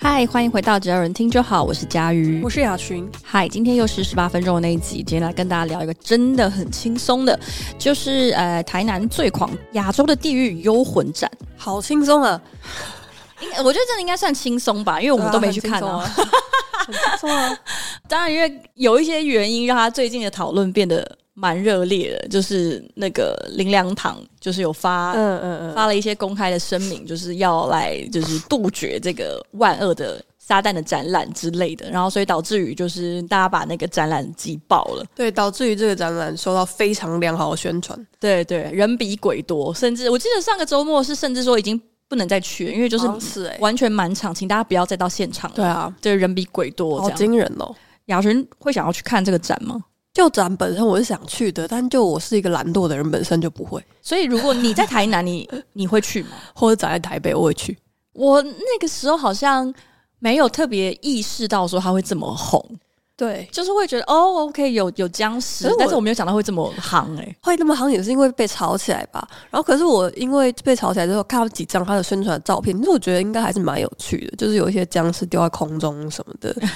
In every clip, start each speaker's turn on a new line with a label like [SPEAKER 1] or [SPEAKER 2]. [SPEAKER 1] 嗨，欢迎回到只要有人听就好，我是佳瑜
[SPEAKER 2] 我。是雅群，
[SPEAKER 1] 嗨，今天又是十八分钟的那一集，今天来跟大家聊一个真的很轻松的，就是呃台南最狂亚洲的地狱幽魂展。
[SPEAKER 2] 好轻松啊！
[SPEAKER 1] 应我觉得这应该算轻松吧，因为我们都没去看
[SPEAKER 2] 对啊，
[SPEAKER 1] 啊。
[SPEAKER 2] 很轻松 啊很轻松啊！
[SPEAKER 1] 当然，因为有一些原因，让他最近的讨论变得蛮热烈的，就是那个林良堂就是有发。
[SPEAKER 2] 嗯嗯嗯，
[SPEAKER 1] 发了一些公开的声明，就是要来就是杜绝这个万恶的撒旦的展览之类的，然后所以导致于就是大家把那个展览挤爆了，
[SPEAKER 2] 对，导致于这个展览受到非常良好的宣传，
[SPEAKER 1] 对对，人比鬼多，甚至我记得上个周末是甚至说已经不能再去了，因为就是
[SPEAKER 2] 好像是哎，
[SPEAKER 1] 完全满场，请大家不要再到现场了，
[SPEAKER 2] 对啊，
[SPEAKER 1] 哦对，人比鬼多
[SPEAKER 2] 好
[SPEAKER 1] 这样。
[SPEAKER 2] 惊人哦！
[SPEAKER 1] 雅璇会想要去看这个展吗？
[SPEAKER 2] 就展本身我是想去的，但就我是一个懒惰的人，本身就不会，
[SPEAKER 1] 所以如果你在台南， 你你会去吗？
[SPEAKER 2] 或者展在台北我会去。
[SPEAKER 1] 我那个时候好像没有特别意识到说他会这么红，
[SPEAKER 2] 对，
[SPEAKER 1] 就是会觉得哦，OK，有有僵尸
[SPEAKER 2] 可是，我
[SPEAKER 1] 但是我没有想到会这么夯哎、
[SPEAKER 2] 会那么行也是因为被炒起来吧。然后可是我因为被炒起来之后，看到几张他的宣传照片，其实我觉得应该还是蛮有趣的，就是有一些僵尸丢在空中什么的，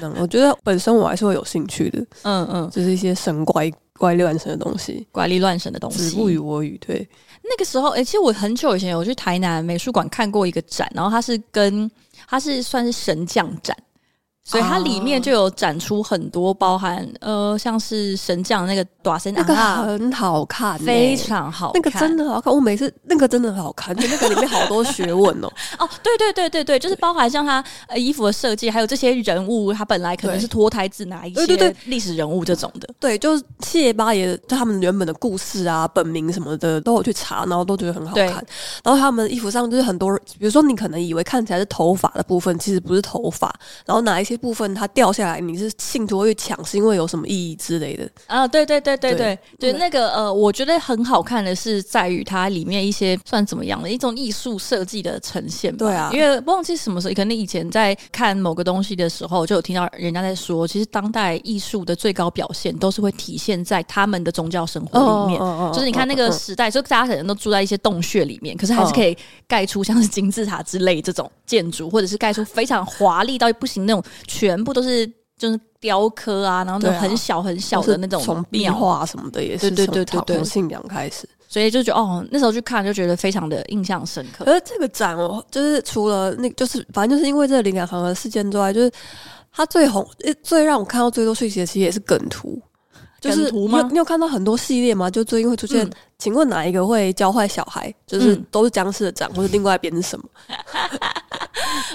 [SPEAKER 2] 那我觉得本身我还是会有兴趣的。
[SPEAKER 1] 嗯嗯，
[SPEAKER 2] 就是一些神怪怪力乱神的东西，
[SPEAKER 1] 怪力乱神的东
[SPEAKER 2] 子
[SPEAKER 1] 西。
[SPEAKER 2] 不语我语。对，
[SPEAKER 1] 那个时候，哎、其实我很久以前有去台南美术馆看过一个展，然后它是跟它是算是神将展，所以它
[SPEAKER 2] 哦
[SPEAKER 1] 里面就有展出很多包含呃像是神将那个短身
[SPEAKER 2] 那个
[SPEAKER 1] 啊，
[SPEAKER 2] 很好看、欸，
[SPEAKER 1] 非常好
[SPEAKER 2] 那
[SPEAKER 1] 看，
[SPEAKER 2] 个真的好看。我每次那个真的很好看，就那个里面好多学问 哦、
[SPEAKER 1] 哦，对对对对对，就是包含像他呃衣服的设计，还有这些人物，他本来可能
[SPEAKER 2] 对
[SPEAKER 1] 是脱胎自哪一
[SPEAKER 2] 对
[SPEAKER 1] 些
[SPEAKER 2] 对对
[SPEAKER 1] 历史人物这种的。
[SPEAKER 2] 对，就是谢八爷就他们原本的故事啊、本名什么的，都有去查，然后都觉得很好
[SPEAKER 1] 对
[SPEAKER 2] 看。然后他们衣服上就是很多，比如说你可能以为看起来是头发的部分，其实不是头发。然后哪一些部分它掉下来，你是信徒会去抢，是因为有什么意义之类的。
[SPEAKER 1] 啊，对对对对对
[SPEAKER 2] 对
[SPEAKER 1] 对，那个呃，我觉得很好看的是在于它里面一些算怎么样的一种艺术设计的呈现吧。
[SPEAKER 2] 对啊
[SPEAKER 1] 因为忘记什么时候，可能以前在看某个东西的时候，就有听到人家在说，其实当代艺术的最高表现都是会体现在他们的宗教生活里面。
[SPEAKER 2] 哦哦
[SPEAKER 1] 就是你看那个时代，就大家可能都住在一些洞穴里面，可是还是可以盖出像是金字塔之类这种建筑，或者是盖出非常华丽到不行那种，全部都是就是雕刻啊，然后那
[SPEAKER 2] 对
[SPEAKER 1] 种
[SPEAKER 2] 啊
[SPEAKER 1] 很小很小
[SPEAKER 2] 或
[SPEAKER 1] 的
[SPEAKER 2] 是
[SPEAKER 1] 那种
[SPEAKER 2] 从壁
[SPEAKER 1] 庙，
[SPEAKER 2] 画什么的也是
[SPEAKER 1] 对对对
[SPEAKER 2] 从
[SPEAKER 1] 对对
[SPEAKER 2] 从信仰开始。
[SPEAKER 1] 所以就觉得哦，那时候去看就觉得非常的印象深 刻。
[SPEAKER 2] 可是这个展哦，就是除了那，就是反正就是因为这个灵感行的事件之外，就是它最红、呃最让我看到最多讯息的，其实也是梗图。就是
[SPEAKER 1] 梗图
[SPEAKER 2] 你
[SPEAKER 1] 吗
[SPEAKER 2] 有你有看到很多系列吗？就最近会出现，
[SPEAKER 1] 嗯
[SPEAKER 2] 请问哪一个会教坏小孩？就是
[SPEAKER 1] 嗯
[SPEAKER 2] 都是僵尸的展，或者另外一边是什么？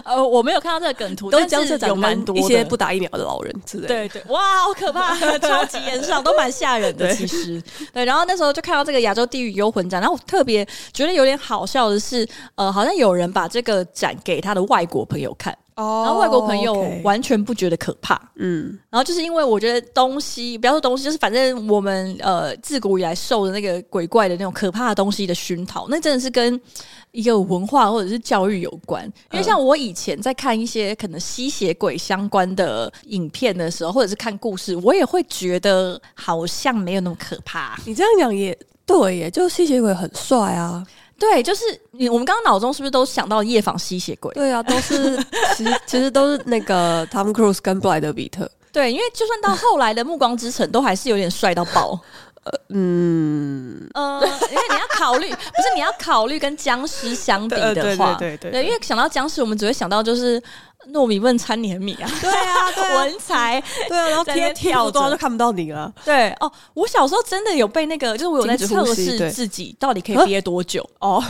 [SPEAKER 1] 呃，我没有看到这个梗图，
[SPEAKER 2] 都是
[SPEAKER 1] 但
[SPEAKER 2] 僵尸
[SPEAKER 1] 是
[SPEAKER 2] 的展
[SPEAKER 1] 有蛮多
[SPEAKER 2] 跟一些
[SPEAKER 1] 的
[SPEAKER 2] 不打疫苗的老人之类的。
[SPEAKER 1] 对对，哇，好可 怕，超级严上，都蛮吓人的。
[SPEAKER 2] 对
[SPEAKER 1] 其实，对，然后那时候就看到这个亚洲地狱幽魂展，然后我特别觉得有点好笑的是，呃，好像有人把这个展给他的外国朋友看，
[SPEAKER 2] 哦
[SPEAKER 1] 然后外国朋友
[SPEAKER 2] OK
[SPEAKER 1] 完全不觉得可怕。
[SPEAKER 2] 嗯，
[SPEAKER 1] 然后就是呃因为我觉得东西，不要说东西，就是反正我们呃自古以来受的那个鬼怪的那种可怕的东西的熏陶，那真的是跟一个文化或者是教育有关。因为像我以前在看一些可能吸血鬼相关的影片的时候，或者是看故事，我也会觉得好像没有那么可怕。
[SPEAKER 2] 你这样讲也对耶，就吸血鬼很帅啊，
[SPEAKER 1] 对，就是你我们刚刚脑中是不是都想到夜访吸血鬼？
[SPEAKER 2] 对啊，都 是其实其实都是那个 Tom Cruise 跟布莱德比特。
[SPEAKER 1] 对，因为就算到后来的《暮光之城》，都还是有点帅到爆。
[SPEAKER 2] 呃嗯，
[SPEAKER 1] 呃，因为你要考虑，不是你要考虑跟僵尸相比
[SPEAKER 2] 呃
[SPEAKER 1] 的
[SPEAKER 2] 对
[SPEAKER 1] 话，
[SPEAKER 2] 对对对对
[SPEAKER 1] 因为想到僵尸，我们只会想到就是糯米焖餐黏米啊，
[SPEAKER 2] 对 啊，
[SPEAKER 1] 文才，
[SPEAKER 2] 对啊，然后
[SPEAKER 1] 在那边
[SPEAKER 2] 贴贴
[SPEAKER 1] 跳
[SPEAKER 2] 服装
[SPEAKER 1] 着
[SPEAKER 2] 就看不到你了。
[SPEAKER 1] 对哦，我小时候真的有被那个，就是我有在
[SPEAKER 2] 禁止呼
[SPEAKER 1] 测
[SPEAKER 2] 吸
[SPEAKER 1] 试
[SPEAKER 2] 对
[SPEAKER 1] 自己到底可以
[SPEAKER 2] 啊
[SPEAKER 1] 憋多久
[SPEAKER 2] 哦，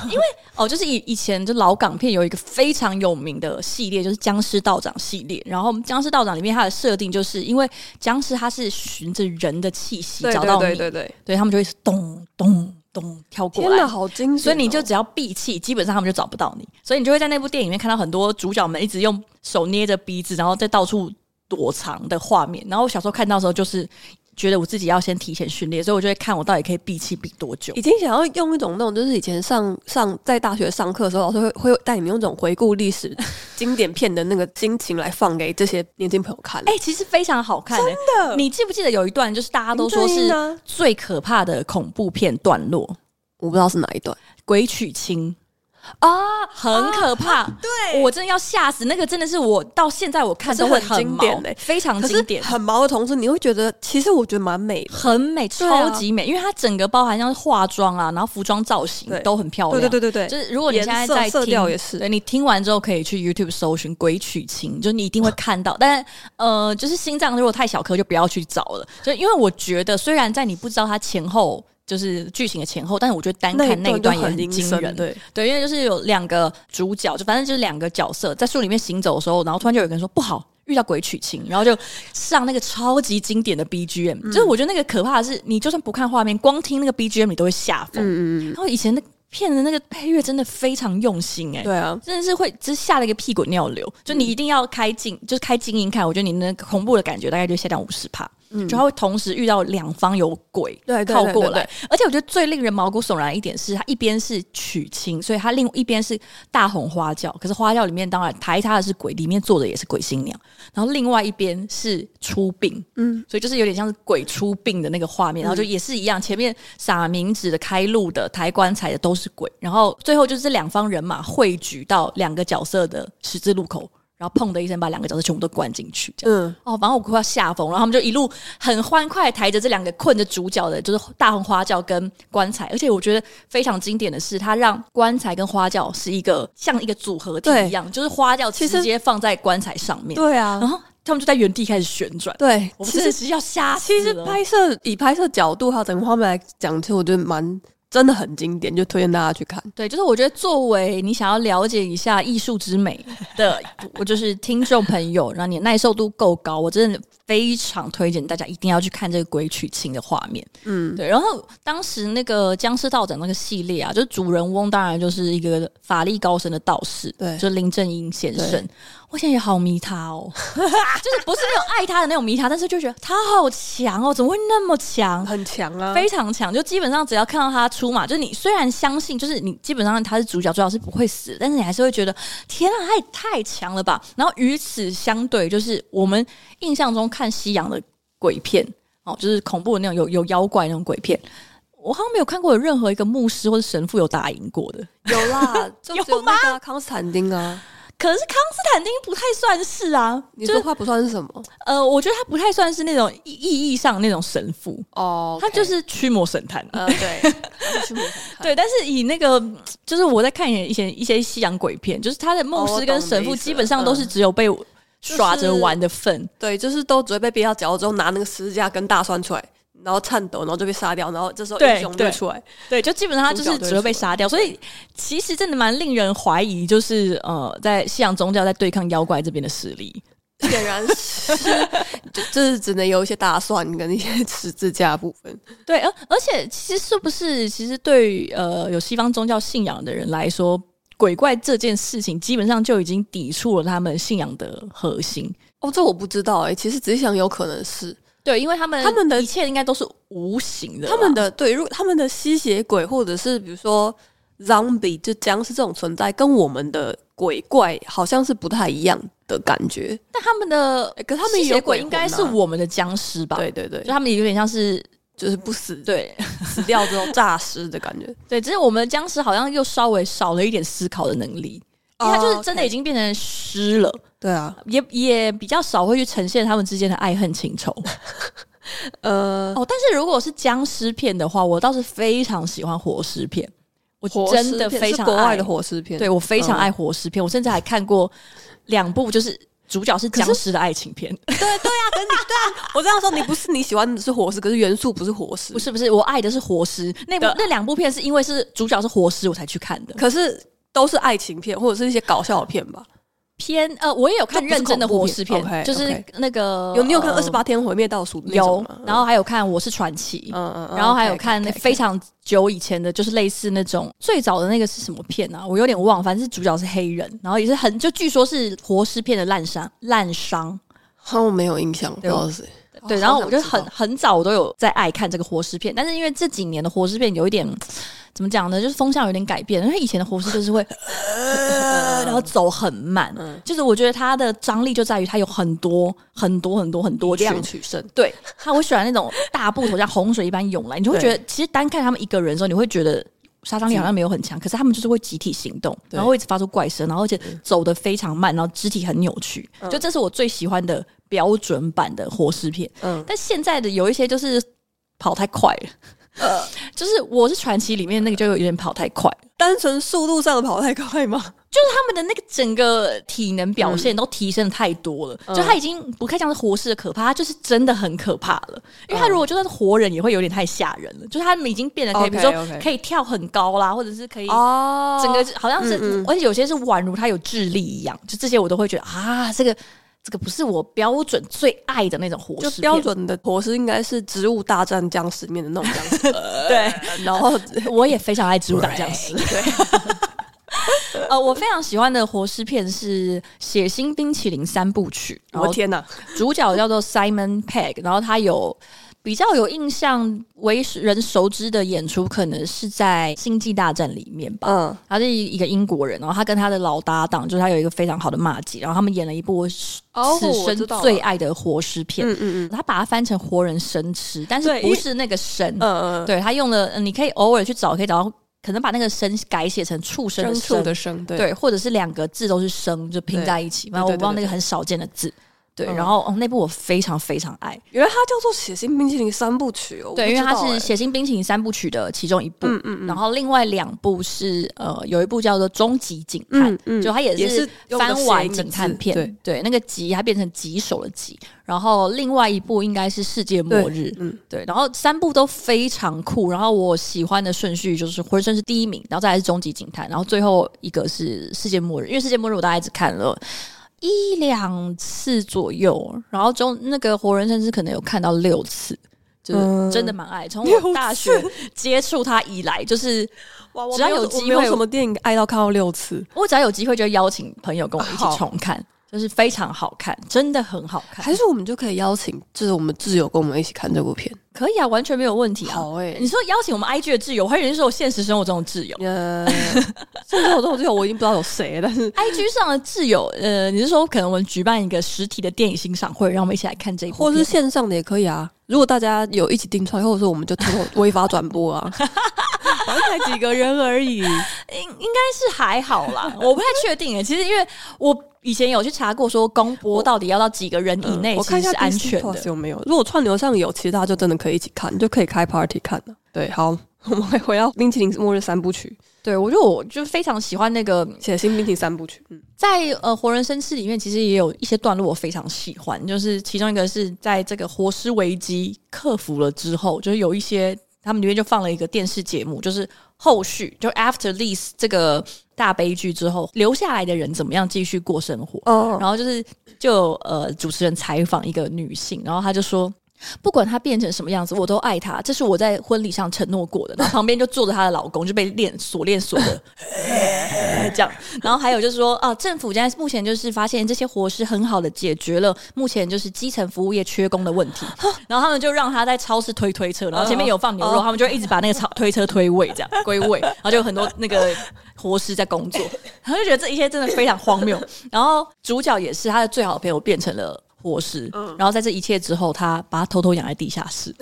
[SPEAKER 1] 哦，就是以以前就老港片有一个非常有名的系列，就是僵尸道长系列，然后僵尸道长里面它的设定就是因为僵尸它是循着人的气息找到你，
[SPEAKER 2] 对，
[SPEAKER 1] 对他们就会咚咚咚跳过
[SPEAKER 2] 天
[SPEAKER 1] 来
[SPEAKER 2] 哪，，好精神哦！
[SPEAKER 1] 所以你就只要闭气，基本上他们就找不到你。所以你就会在那部电影里面看到很多主角们一直用手捏着鼻子，然后再到处躲藏的画面。然后我小时候看到的时候，就是觉得我自己要先提前训练，所以我就会看我到底可以闭气闭多久。
[SPEAKER 2] 已经想要用一种那种，就是以前上上在大学上课的时候，老师会会带你们用这种回顾历 史经典片的那个心情来放给这些年轻朋友看。
[SPEAKER 1] 哎、其实非常好看、欸，
[SPEAKER 2] 真的
[SPEAKER 1] 你记不记得有一段就是大家都说
[SPEAKER 2] 林正英
[SPEAKER 1] 是
[SPEAKER 2] 呢
[SPEAKER 1] 最可怕的恐怖片段落，《
[SPEAKER 2] 我不知道是哪一段，
[SPEAKER 1] 鬼娶亲》。啊，很可怕。
[SPEAKER 2] 对
[SPEAKER 1] 我真的要吓死，那个真的是我到现在我看都会
[SPEAKER 2] 可是很经典
[SPEAKER 1] 毛
[SPEAKER 2] 欸
[SPEAKER 1] 非常
[SPEAKER 2] 可
[SPEAKER 1] 经
[SPEAKER 2] 是
[SPEAKER 1] 典，
[SPEAKER 2] 很毛的同时，你会觉得其实我觉得蛮美的。
[SPEAKER 1] 很美，
[SPEAKER 2] 对
[SPEAKER 1] 超
[SPEAKER 2] 啊
[SPEAKER 1] 级美，因为它整个包含像是化妆啊，然后服装造型
[SPEAKER 2] 对
[SPEAKER 1] 都很漂
[SPEAKER 2] 对
[SPEAKER 1] 亮。
[SPEAKER 2] 对对对对，
[SPEAKER 1] 就是如果你现在在
[SPEAKER 2] 颜色色
[SPEAKER 1] 听，
[SPEAKER 2] 调也是
[SPEAKER 1] 对你听完之后可以去 YouTube 搜寻《鬼取经》，就你一定会看到。但呃，就是心脏如果太小颗，就不要去找了。就因为我觉得，虽然在你不知道它前后就是剧情的前后，但是我觉得单看那
[SPEAKER 2] 一
[SPEAKER 1] 一段
[SPEAKER 2] 就
[SPEAKER 1] 也
[SPEAKER 2] 很
[SPEAKER 1] 很
[SPEAKER 2] 阴
[SPEAKER 1] 惊
[SPEAKER 2] 森
[SPEAKER 1] 人。
[SPEAKER 2] 对，
[SPEAKER 1] 对，因为就是有两个主角，就反正就是两个角色在树里面行走的时候，然后突然就有个人说不好。遇到鬼娶亲，然后就上那个超级经典的 BGM，、就是
[SPEAKER 2] 嗯
[SPEAKER 1] 我觉得那个可怕的是，你就算不看画面，光听那个 BGM 你都会吓疯。
[SPEAKER 2] 嗯嗯
[SPEAKER 1] 然后以前那片的那个配乐真的非常用心、欸，
[SPEAKER 2] 嗯，对啊，
[SPEAKER 1] 真的是会只吓了一个屁滚尿流。就你一定要开静，就是开静音看，我觉得你那个恐怖的感觉大概就下降五十帕。嗯，就它会同时遇到两方有鬼
[SPEAKER 2] 对对
[SPEAKER 1] 靠
[SPEAKER 2] 对
[SPEAKER 1] 过
[SPEAKER 2] 对
[SPEAKER 1] 来，而且我觉得最令人毛骨悚然的一点是，它一边是娶亲，所以它另一边是大红花轿，可是花轿里面当然抬她的是鬼，里面坐的也是鬼新娘，然后另外一边是出殡，
[SPEAKER 2] 嗯，
[SPEAKER 1] 所以就是有点像是鬼出殡的那个画面，然后就也是一样，前面撒冥纸的、开路的、抬棺材的都是鬼，然后最后就是这两方人马汇聚到两个角色的十字路口，然后砰的一声把两个角色全部都关进去，这样。
[SPEAKER 2] 嗯，
[SPEAKER 1] 哦，反正我快要吓疯，然后他们就一路很欢快地抬着这两个困着主角的，就是大红花轿跟棺材，而且我觉得非常经典的是，它让棺材跟花轿是一个像一个组合体
[SPEAKER 2] 对
[SPEAKER 1] 一样，就是花轿
[SPEAKER 2] 其实
[SPEAKER 1] 直接放在棺材上面，
[SPEAKER 2] 对啊
[SPEAKER 1] 然，后他们就在原地开始旋转，
[SPEAKER 2] 对，
[SPEAKER 1] 我们
[SPEAKER 2] 其
[SPEAKER 1] 真的
[SPEAKER 2] 实
[SPEAKER 1] 是要吓死
[SPEAKER 2] 其实
[SPEAKER 1] 了
[SPEAKER 2] 拍摄以拍摄角度还有整个画面来讲，其实我觉得蛮真的很经典，就推荐大家去看。
[SPEAKER 1] 对，就是我觉得作为你想要了解一下艺术之美的，我就是听众朋友，让你耐受度够高，我真的非常推荐大家一定要去看这个《鬼娶亲》的画面。
[SPEAKER 2] 嗯，
[SPEAKER 1] 对，然后当时那个僵尸道长那个系列啊，就是主人翁当然就是一个法力高深的道士，
[SPEAKER 2] 对
[SPEAKER 1] 就是林正英先生
[SPEAKER 2] 对。
[SPEAKER 1] 我现在也好迷他哦， 就是不是那种爱他的那种迷他，但是就觉得他好强哦，怎么会那么强？
[SPEAKER 2] 很强啊，
[SPEAKER 1] 非常强，就基本上只要看到他出马，就是你虽然相信，就是你基本上他是主角，最好是不会死，但是你还是会觉得天啊，他也太强了吧。然后与此相对，就是我们印象中看西洋的鬼片哦，就是恐怖的那种有有妖怪那种鬼片，我好像没有看过有任何一个牧师或者神父有打赢过的。
[SPEAKER 2] 有啦，就只
[SPEAKER 1] 有
[SPEAKER 2] 有那个啊康斯坦丁啊，
[SPEAKER 1] 可是康斯坦丁不太算是啊，
[SPEAKER 2] 你
[SPEAKER 1] 就
[SPEAKER 2] 说
[SPEAKER 1] 是
[SPEAKER 2] 话不算是什么
[SPEAKER 1] 呃，我觉得他不太算是那种意意义上那种神父，
[SPEAKER 2] 哦
[SPEAKER 1] 他就是驱魔神探。啊
[SPEAKER 2] 呃对，他是驱魔神探
[SPEAKER 1] 对，但是以那个嗯就是我在看以前一些西洋鬼片，就是他的牧
[SPEAKER 2] 哦我
[SPEAKER 1] 师
[SPEAKER 2] 懂
[SPEAKER 1] 跟
[SPEAKER 2] 你的
[SPEAKER 1] 神
[SPEAKER 2] 意
[SPEAKER 1] 父
[SPEAKER 2] 思嗯
[SPEAKER 1] 基本上都是只有被耍着玩的份。
[SPEAKER 2] 对，就是都只会被逼到角落之后拿那个十字架跟大蒜出来，然后颤抖，然后就被杀掉，然后这时候
[SPEAKER 1] 对
[SPEAKER 2] 英雄就
[SPEAKER 1] 对
[SPEAKER 2] 会出来，
[SPEAKER 1] 对，就基本上他就
[SPEAKER 2] 主
[SPEAKER 1] 是
[SPEAKER 2] 角
[SPEAKER 1] 只会被
[SPEAKER 2] 对出
[SPEAKER 1] 杀掉，所以其实真的蛮令人怀疑，就是呃，在西洋宗教在对抗妖怪这边的实力。
[SPEAKER 2] 显然是 就就是只能有一些大蒜跟一些十字架的部分，
[SPEAKER 1] 对，而而且其实是不是，其实对于呃有西方宗教信仰的人来说，鬼怪这件事情基本上就已经抵触了他们信仰的核心。
[SPEAKER 2] 哦，这我不知道哎、其实仔细想有可能是。
[SPEAKER 1] 对，因为他们
[SPEAKER 2] 他们的
[SPEAKER 1] 一切应该都是无形的啦，
[SPEAKER 2] 他们的对，如果他们的吸血鬼或者是比如说 zombie 就僵尸这种存在，跟我们的鬼怪好像是不太一样的感觉。
[SPEAKER 1] 但他们的
[SPEAKER 2] 可是他们
[SPEAKER 1] 吸
[SPEAKER 2] 也
[SPEAKER 1] 血
[SPEAKER 2] 有
[SPEAKER 1] 鬼
[SPEAKER 2] 魂
[SPEAKER 1] 应该
[SPEAKER 2] 啊
[SPEAKER 1] 是我们的僵尸吧？，
[SPEAKER 2] 对对对
[SPEAKER 1] 就，他们有点像是
[SPEAKER 2] 就是不死
[SPEAKER 1] 对
[SPEAKER 2] 死掉之后 诈尸的感觉。
[SPEAKER 1] 对，只是我们的僵尸好像又稍微少了一点思考的能力，
[SPEAKER 2] 哦
[SPEAKER 1] 因为他就是真的已经变成尸了，
[SPEAKER 2] 对啊，
[SPEAKER 1] 也也比较少会去呈现他们之间的爱恨情仇。
[SPEAKER 2] 呃，
[SPEAKER 1] 哦，但是如果是僵尸片的话，我倒是非常喜欢活尸片，我真的非常
[SPEAKER 2] 国
[SPEAKER 1] 爱
[SPEAKER 2] 外的。活尸片，
[SPEAKER 1] 对，我非常
[SPEAKER 2] 嗯
[SPEAKER 1] 爱活尸片，我甚至还看过两部，就是主角是僵尸的爱情片。
[SPEAKER 2] 我这样说，你不是你喜欢的是活尸，可是元素不是活尸
[SPEAKER 1] 不，是不是，我爱的是活尸那部那两部片是因为是主角是活尸我才去看的。
[SPEAKER 2] 可是都是爱情片或者是一些搞笑的片吧？
[SPEAKER 1] 偏呃，我也有看
[SPEAKER 2] 这不是
[SPEAKER 1] 认真的活尸片
[SPEAKER 2] 恐怖，片
[SPEAKER 1] 就
[SPEAKER 2] OK，OK
[SPEAKER 1] 是那个
[SPEAKER 2] 有你有看《
[SPEAKER 1] 呃
[SPEAKER 2] 二十八天毁灭倒数》那种
[SPEAKER 1] 有
[SPEAKER 2] 吗，
[SPEAKER 1] 然后还有看我是传奇，
[SPEAKER 2] 嗯嗯，嗯
[SPEAKER 1] 然后还有
[SPEAKER 2] OK，OK，
[SPEAKER 1] 看那
[SPEAKER 2] OK，OK
[SPEAKER 1] 非常久以前的，就是类似那种最早的那个是什么片啊？我有点忘了，反正是主角是黑人，然后也是很就据说是活尸片的滥杀滥伤，
[SPEAKER 2] 好像没有印象，不知道是谁。
[SPEAKER 1] 对，
[SPEAKER 2] 哦
[SPEAKER 1] 然后
[SPEAKER 2] 好
[SPEAKER 1] 我就
[SPEAKER 2] 想知
[SPEAKER 1] 很
[SPEAKER 2] 道
[SPEAKER 1] 很早我都有在爱看这个活尸片，但是因为这几年的活尸片有一点怎么讲呢，就是风向有点改变，因为以前的活尸就是会，
[SPEAKER 2] 呃
[SPEAKER 1] 然后走很慢，
[SPEAKER 2] 嗯
[SPEAKER 1] 就是我觉得它的张力就在于它有很多很多很多很多
[SPEAKER 2] 以
[SPEAKER 1] 群
[SPEAKER 2] 量取胜，
[SPEAKER 1] 对，他会喜欢那种大部头像洪水一般涌来，你就会觉得其实单看他们一个人的时候，你会觉得杀伤力好像没有很强，可是他们就是会集体行动，
[SPEAKER 2] 对嗯
[SPEAKER 1] 然后会一直发出怪声，然后而且走得非常慢，然后肢体很扭曲，就这是我最喜欢的标准版的活尸片。
[SPEAKER 2] 嗯，
[SPEAKER 1] 但现在的有一些就是跑太快了，
[SPEAKER 2] 呃
[SPEAKER 1] 就是《我是传奇》里面那个就有点跑太快了，
[SPEAKER 2] 单纯速度上的跑太快 吗？
[SPEAKER 1] 就是他们的那个整个体能表现都提升的太多了，
[SPEAKER 2] 嗯
[SPEAKER 1] 就他已经不太像是活尸的可怕，他就是真的很可怕
[SPEAKER 2] 嗯
[SPEAKER 1] 了。因为他如果就算是活人，也会有点太吓人了，就是他们已经变得可以，比如
[SPEAKER 2] OK，OK
[SPEAKER 1] 说可以跳很高啦，或者是可以
[SPEAKER 2] 哦
[SPEAKER 1] 整个好像是，
[SPEAKER 2] 嗯嗯
[SPEAKER 1] 而且有些是宛如他有智力一样，就这些我都会觉得啊，这个这个不是我标准最爱的那种活
[SPEAKER 2] 就
[SPEAKER 1] 尸片
[SPEAKER 2] 标准的活尸应该是《植物大战僵尸》里面的那种僵尸，
[SPEAKER 1] 对。
[SPEAKER 2] 然后
[SPEAKER 1] 我也非常爱植物大僵尸，对。 呃，我非常喜欢的活尸片是《血腥冰淇淋三部曲》，然
[SPEAKER 2] 我
[SPEAKER 1] 后
[SPEAKER 2] 天哪，
[SPEAKER 1] 主角叫做 Simon Pegg，然后他有比较有印象为人熟知的演出，可能是在《星际大战》里面吧。
[SPEAKER 2] 嗯，
[SPEAKER 1] 他是一个英国人，然后他跟他的老搭档，就是他有一个非常好的骂姐，然后他们演了一部我此
[SPEAKER 2] 哦我
[SPEAKER 1] 生
[SPEAKER 2] 知道了
[SPEAKER 1] 最爱的活尸片。
[SPEAKER 2] 嗯嗯
[SPEAKER 1] 他把它翻成活人生吃，但是
[SPEAKER 2] 对
[SPEAKER 1] 不是那个生，
[SPEAKER 2] 嗯嗯，
[SPEAKER 1] 对他用了，呃你可以偶尔去找，可以找到，可能把那个生改写成畜生的
[SPEAKER 2] 牲
[SPEAKER 1] 生，
[SPEAKER 2] 畜的牲，对，
[SPEAKER 1] 对，或者是两个字都是生，就拼
[SPEAKER 2] 对
[SPEAKER 1] 在一起。然后
[SPEAKER 2] 对
[SPEAKER 1] 我
[SPEAKER 2] 对
[SPEAKER 1] 不知道
[SPEAKER 2] 对
[SPEAKER 1] 那
[SPEAKER 2] 对
[SPEAKER 1] 个很少见的字，对。
[SPEAKER 2] 嗯
[SPEAKER 1] 然后哦，那部我非常非常爱，
[SPEAKER 2] 原来它叫做《血腥冰淇淋三部曲》哦，
[SPEAKER 1] 对，因为它
[SPEAKER 2] 它
[SPEAKER 1] 是《血腥冰淇淋》三部曲的其中一部，
[SPEAKER 2] 嗯嗯嗯
[SPEAKER 1] 然后另外两部是呃，有一部叫做《终极警探》。
[SPEAKER 2] 嗯嗯，
[SPEAKER 1] 就它也
[SPEAKER 2] 也
[SPEAKER 1] 是
[SPEAKER 2] 是用的
[SPEAKER 1] 翻完
[SPEAKER 2] 谐音
[SPEAKER 1] 警探
[SPEAKER 2] 字
[SPEAKER 1] 片，
[SPEAKER 2] 对
[SPEAKER 1] 对那个集它变成棘手的棘，然后另外一部应该是世界
[SPEAKER 2] 对
[SPEAKER 1] 末日，
[SPEAKER 2] 嗯，
[SPEAKER 1] 对，然后三部都非常酷，然后我喜欢的顺序就是《浑身》是第一名，然后再来是《终极警探》，然后最后一个是《世界末日》，因为《世界末日》我大概只看了。一两次左右，然后中那个《活人生是可能有看到六次，就是
[SPEAKER 2] 嗯
[SPEAKER 1] 真的蛮爱。从
[SPEAKER 2] 六
[SPEAKER 1] 我大学 接触它以来，就是
[SPEAKER 2] 哇，
[SPEAKER 1] 我
[SPEAKER 2] 我
[SPEAKER 1] 只要
[SPEAKER 2] 没
[SPEAKER 1] 有
[SPEAKER 2] 我
[SPEAKER 1] 机
[SPEAKER 2] 没有
[SPEAKER 1] 会
[SPEAKER 2] 什么电影爱到看到六次，
[SPEAKER 1] 我只要有机会就会邀请朋友跟我一起
[SPEAKER 2] 好
[SPEAKER 1] 重看，就是非常好看，真的很好看，
[SPEAKER 2] 还是我们就可以邀请，就是我们挚友跟我们一起看这部片，
[SPEAKER 1] 可以啊，完全没有问题啊。
[SPEAKER 2] 哎
[SPEAKER 1] 你说邀请我们 IG 的挚友，我还有人说我现实生活中的挚友。
[SPEAKER 2] 呃， 甚至我这种挚友我已经不知道有谁了，但是
[SPEAKER 1] I G 上的挚友，呃，你是说可能我们举办一个实体的电影欣赏会，让我们一起来看这一部
[SPEAKER 2] 或
[SPEAKER 1] 片，
[SPEAKER 2] 是线上的也可以啊。如果大家有一起订出来，或者说我们就通过违法转播 啊，反正才几个人而 已。
[SPEAKER 1] 应应该是还好啦， 我不太确定诶。其实因为我以前有去查过，说公播到底要到几个人以内
[SPEAKER 2] 嗯呃我
[SPEAKER 1] 其
[SPEAKER 2] 看一
[SPEAKER 1] 实
[SPEAKER 2] 下
[SPEAKER 1] 是安
[SPEAKER 2] Disney
[SPEAKER 1] 全
[SPEAKER 2] Plus
[SPEAKER 1] 的。
[SPEAKER 2] 有没有。如果串流上有，其实大家就真的可以一起看，就可以开 party 看了。对，好， 我们回回到《冰淇淋末日三部曲
[SPEAKER 1] 对，我就我就非常喜欢那个》，
[SPEAKER 2] 写新《冰淇淋三部曲》。嗯，
[SPEAKER 1] 在呃《活人生吃》里面，其实也有一些段落我非常喜欢，就是其中一个是在这个活尸危机克服了之后，就是有一些他们里面就放了一个电视节目，就是后续就 After This 这个大悲剧之后留下来的人怎么样继续过生活，
[SPEAKER 2] 哦，
[SPEAKER 1] 然后就是就呃主持人采访一个女性，然后她就说。不管她变成什么样子，我都爱她，这是我在婚礼上承诺过的。然后旁边就坐着她的老公，就被链锁链锁的， 这样。然后还有就是说啊，政府现在目前就是发现这些活尸很好的解决了目前就是基层服务业缺工的问 题。然后他们就让他在超市推推车，然后前面有放牛肉，
[SPEAKER 2] 哦
[SPEAKER 1] 他们就一直把那 个超推车推位这样归位，然后就有很多那个活尸在工 作。然后就觉得这一切真的非常荒谬。然后主角也是他的最好的朋友变成了活尸，
[SPEAKER 2] 嗯
[SPEAKER 1] 然后在这一切之后，他把他偷偷养在地下室，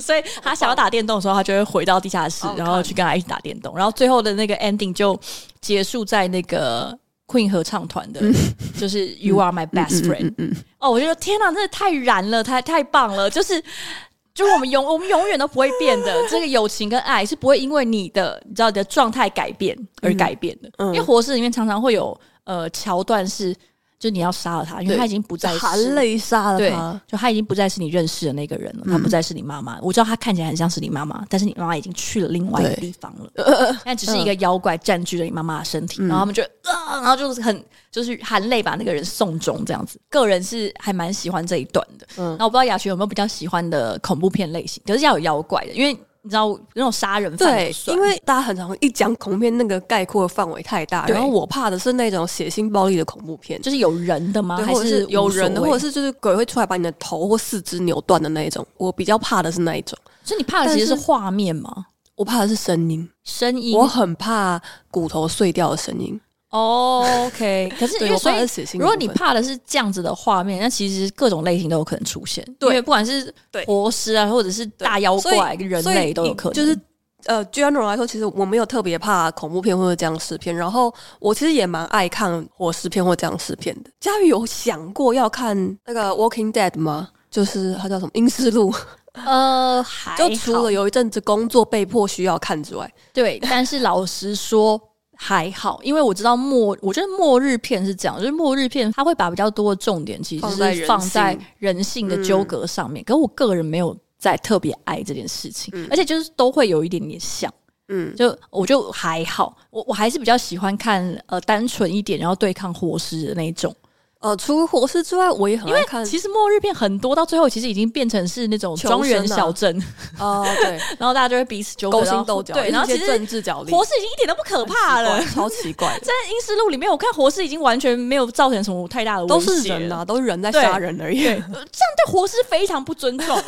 [SPEAKER 1] 所以他想要打电动的时候，他就会回到地下室
[SPEAKER 2] 好，好
[SPEAKER 1] 然
[SPEAKER 2] 看
[SPEAKER 1] 后去跟他一起打电动。然后最后的那个 ending 就结束在那个 Queen 合唱团的， 就是 You Are My Best Friend。哦，我就说天哪，真的太燃了，太太棒了，就是。就是我们永我们永远都不会变的，这个友情跟爱是不会因为你的你知道你的状态改变而改变的。因为活尸里面常常会有呃桥段是，就你要杀了他，因为
[SPEAKER 2] 对
[SPEAKER 1] 他已经不再是
[SPEAKER 2] 含泪杀了
[SPEAKER 1] 对
[SPEAKER 2] 他。，
[SPEAKER 1] 就他已经不再是你认识的那个人了，他不
[SPEAKER 2] 嗯
[SPEAKER 1] 再是你妈妈。我知道他看起来很像是你妈妈，但是你妈妈已经去了另外一个
[SPEAKER 2] 对呃
[SPEAKER 1] 地方了。但只是一个
[SPEAKER 2] 嗯
[SPEAKER 1] 妖怪占据了你妈妈的身体，然后他们就啊，然后就是很就是含泪把那个人送终这样子。个人是还蛮喜欢这一段的。嗯，那我不知道雅璇有没有比较喜欢的恐怖片类型，可是要有妖怪的，因为你知道那种杀人犯
[SPEAKER 2] 对
[SPEAKER 1] 不，算
[SPEAKER 2] 因为大家很常一讲恐怖片，那个概括的范围太大。
[SPEAKER 1] 对
[SPEAKER 2] 然后我怕的是那种血腥暴力的恐怖片，
[SPEAKER 1] 就是有人的吗？
[SPEAKER 2] 对，
[SPEAKER 1] 还
[SPEAKER 2] 或者啊是有人的，
[SPEAKER 1] 无所
[SPEAKER 2] 或
[SPEAKER 1] 谓
[SPEAKER 2] 者是就是鬼会出来把你的头或四肢扭断的那一种。我比较怕的是那一种，
[SPEAKER 1] 所以你怕的其实是
[SPEAKER 2] 但是
[SPEAKER 1] 画面吗？
[SPEAKER 2] 我怕的是声音，
[SPEAKER 1] 声音
[SPEAKER 2] 我很怕骨头碎掉的声音。
[SPEAKER 1] 哦，OK，可是 因
[SPEAKER 2] 对，
[SPEAKER 1] 为
[SPEAKER 2] 我
[SPEAKER 1] 所
[SPEAKER 2] 怕
[SPEAKER 1] 以
[SPEAKER 2] 的是血腥的部分。
[SPEAKER 1] 如果你怕的是这样子的画面，那其实各种类型都有可能出现。
[SPEAKER 2] 对
[SPEAKER 1] 因为不管是
[SPEAKER 2] 对
[SPEAKER 1] 活尸啊，或者是大妖怪、人类都有可能。
[SPEAKER 2] 所以就是呃，general 来说，其实我没有特别怕恐怖片或者僵尸片，然后我其实也蛮爱看火尸片或僵尸片的。佳玉有想过要看那个《Walking Dead》吗？就是它叫什么《阴尸路》，
[SPEAKER 1] 呃，还
[SPEAKER 2] 就除
[SPEAKER 1] 好
[SPEAKER 2] 了有一阵子工作被迫需要看之外，
[SPEAKER 1] 对，但是老实说。还好，因为我知道末，我觉得末日片是这样，就是末日片它会把比较多的重点其实
[SPEAKER 2] 放在
[SPEAKER 1] 是
[SPEAKER 2] 人
[SPEAKER 1] 放在
[SPEAKER 2] 性嗯
[SPEAKER 1] 人性的纠葛上面。可我个人没有在特别爱这件事情，而且就是都会有一点点像，
[SPEAKER 2] 嗯，
[SPEAKER 1] 就我就还好，我我还是比较喜欢看呃单纯一点，然后对抗活尸的那一种。
[SPEAKER 2] 呃，除了火尸之外，我也很爱看。
[SPEAKER 1] 其实末日片很多到最后其实已经变成是那种
[SPEAKER 2] 求
[SPEAKER 1] 庄园
[SPEAKER 2] 生啊
[SPEAKER 1] 小镇，
[SPEAKER 2] 哦，对，
[SPEAKER 1] 然后大家就会彼此纠葛
[SPEAKER 2] 勾
[SPEAKER 1] 然
[SPEAKER 2] 心
[SPEAKER 1] 后
[SPEAKER 2] 斗角，
[SPEAKER 1] 对，然后
[SPEAKER 2] 一
[SPEAKER 1] 其实
[SPEAKER 2] 些政治角力，
[SPEAKER 1] 活尸已经一点都不可怕了
[SPEAKER 2] 奇。怪超奇怪 的，
[SPEAKER 1] 在《阴尸路》里面，我看活尸已经完全没有造成什么太大的威胁
[SPEAKER 2] 都是人
[SPEAKER 1] 了
[SPEAKER 2] 啊，都是人在
[SPEAKER 1] 对
[SPEAKER 2] 杀人而已。
[SPEAKER 1] 呃这样对活尸非常不尊重，啊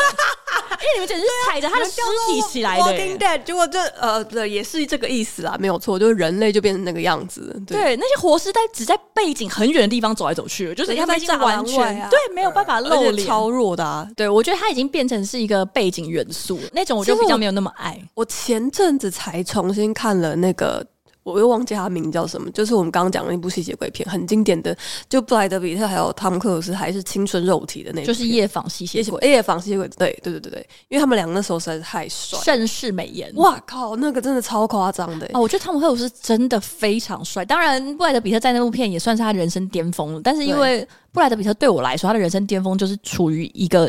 [SPEAKER 1] 因为你们简直是踩着他
[SPEAKER 2] 啊
[SPEAKER 1] 的尸体起来的、
[SPEAKER 2] Walking Dead，结果这呃，对，也是这个意思啦，没有错，就是人类就变成那个样子。对，
[SPEAKER 1] 对，那些活尸在只在背景很远的地方走来走去，就是
[SPEAKER 2] 对
[SPEAKER 1] 他们已经完
[SPEAKER 2] 他们在栅
[SPEAKER 1] 全
[SPEAKER 2] 栏外啊
[SPEAKER 1] 对没有办法露
[SPEAKER 2] 而且
[SPEAKER 1] 脸。
[SPEAKER 2] 超弱的啊。
[SPEAKER 1] 对，我觉得它已经变成是一个背景元素了，那种我就
[SPEAKER 2] 其实
[SPEAKER 1] 比较
[SPEAKER 2] 我
[SPEAKER 1] 没有那么爱。
[SPEAKER 2] 我前阵子才重新看了那个。我又忘记他名叫什么，就是我们刚刚讲的那部吸血鬼片，很经典的，就布莱德比特还有汤姆克鲁斯还是青春肉体的那部片，
[SPEAKER 1] 就是夜访吸
[SPEAKER 2] 吸
[SPEAKER 1] 血
[SPEAKER 2] 血
[SPEAKER 1] 鬼，
[SPEAKER 2] 鬼，哎夜访吸血鬼，对对对对对，因为他们两个那时候实在是太帅，
[SPEAKER 1] 盛世美颜。
[SPEAKER 2] 哇靠，那个真的超夸张的、欸
[SPEAKER 1] 哦，我觉得汤姆克鲁斯真的非常帅。当然，布莱德比特在那部片也算是他人生巅峰了。但是因为布莱德比特对我来说，他的人生巅峰就是处于一个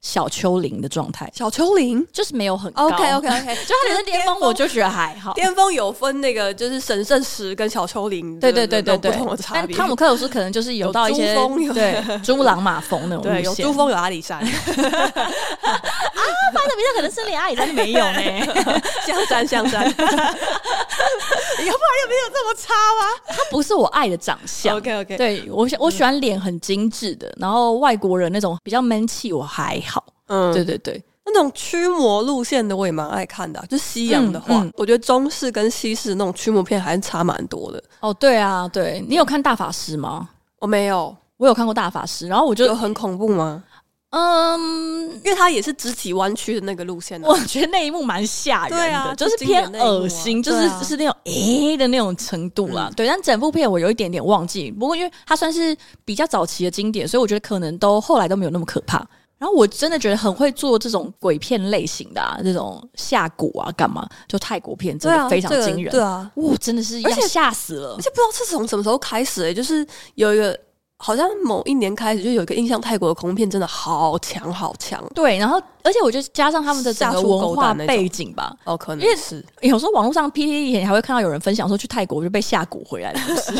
[SPEAKER 1] 小丘陵的状态，
[SPEAKER 2] 小丘陵
[SPEAKER 1] 就是没有很高。
[SPEAKER 2] ，OK OK OK，
[SPEAKER 1] 就他人生巅峰，我就觉得还好。
[SPEAKER 2] 巅峰有分那个就是神圣石跟小丘陵，
[SPEAKER 1] 对对对对对
[SPEAKER 2] 有不同的，差
[SPEAKER 1] 但
[SPEAKER 2] 别。
[SPEAKER 1] 汤姆克鲁斯可能就是有到一些
[SPEAKER 2] 有珠峰 有
[SPEAKER 1] 对珠朗玛峰那种
[SPEAKER 2] 对
[SPEAKER 1] 路
[SPEAKER 2] 有
[SPEAKER 1] 线。
[SPEAKER 2] 珠峰有阿里山，
[SPEAKER 1] 布莱德比特可能是连阿里山都没有 呢，
[SPEAKER 2] 香山香 山，有不然有没有这么差吗
[SPEAKER 1] 他不是我爱的长相。
[SPEAKER 2] ？OK 嗯 OK，
[SPEAKER 1] 对我喜我喜欢脸很精致的，然后外国人那种比较 man 气我还好。
[SPEAKER 2] 嗯，
[SPEAKER 1] 对
[SPEAKER 2] 对
[SPEAKER 1] 对对，
[SPEAKER 2] 那种驱魔路线的我也蛮爱看的啊、就西洋的话，
[SPEAKER 1] 嗯嗯
[SPEAKER 2] 我觉得中式跟西式那种驱魔片还是差蛮多的。
[SPEAKER 1] 哦对啊，对你有看大法师吗？
[SPEAKER 2] 我没有，
[SPEAKER 1] 我有看过大法师，然后我
[SPEAKER 2] 有
[SPEAKER 1] 就
[SPEAKER 2] 很恐怖吗？
[SPEAKER 1] 嗯，
[SPEAKER 2] 因为它也是肢体弯曲的那个路线、啊
[SPEAKER 1] 我。觉得那一幕蛮吓人
[SPEAKER 2] 对
[SPEAKER 1] 的，
[SPEAKER 2] 啊
[SPEAKER 1] 就是
[SPEAKER 2] 就经典
[SPEAKER 1] 偏
[SPEAKER 2] 那一幕啊
[SPEAKER 1] 恶心，就
[SPEAKER 2] 对
[SPEAKER 1] 是、
[SPEAKER 2] 啊嗯
[SPEAKER 1] 就是那种诶、的那种程度啦。对，但整部片我有一点点忘记，不过因为它算是比较早期的经典，所以我觉得可能都后来都没有那么可怕。然后我真的觉得很会做这种鬼片类型的、啊，这种下蛊啊，干嘛？就泰国片真
[SPEAKER 2] 对啊，
[SPEAKER 1] 的非常
[SPEAKER 2] 这个
[SPEAKER 1] 惊人，
[SPEAKER 2] 对啊，
[SPEAKER 1] 哇，真的是要
[SPEAKER 2] 而且
[SPEAKER 1] 吓死了
[SPEAKER 2] 而。且不知道是从什么时候开始、欸，就是有一个好像某一年开始就有一个印象，泰国的恐怖片真的好强好强
[SPEAKER 1] 对，然后而且我觉得加上他们的整
[SPEAKER 2] 吓
[SPEAKER 1] 个
[SPEAKER 2] 出
[SPEAKER 1] 文
[SPEAKER 2] 狗
[SPEAKER 1] 化
[SPEAKER 2] 胆那种
[SPEAKER 1] 背景吧，
[SPEAKER 2] 哦，可
[SPEAKER 1] 因为
[SPEAKER 2] 能是
[SPEAKER 1] 有时候网络上 PTT 也还会看到有人分享说去泰国就被下蛊回来的故 事，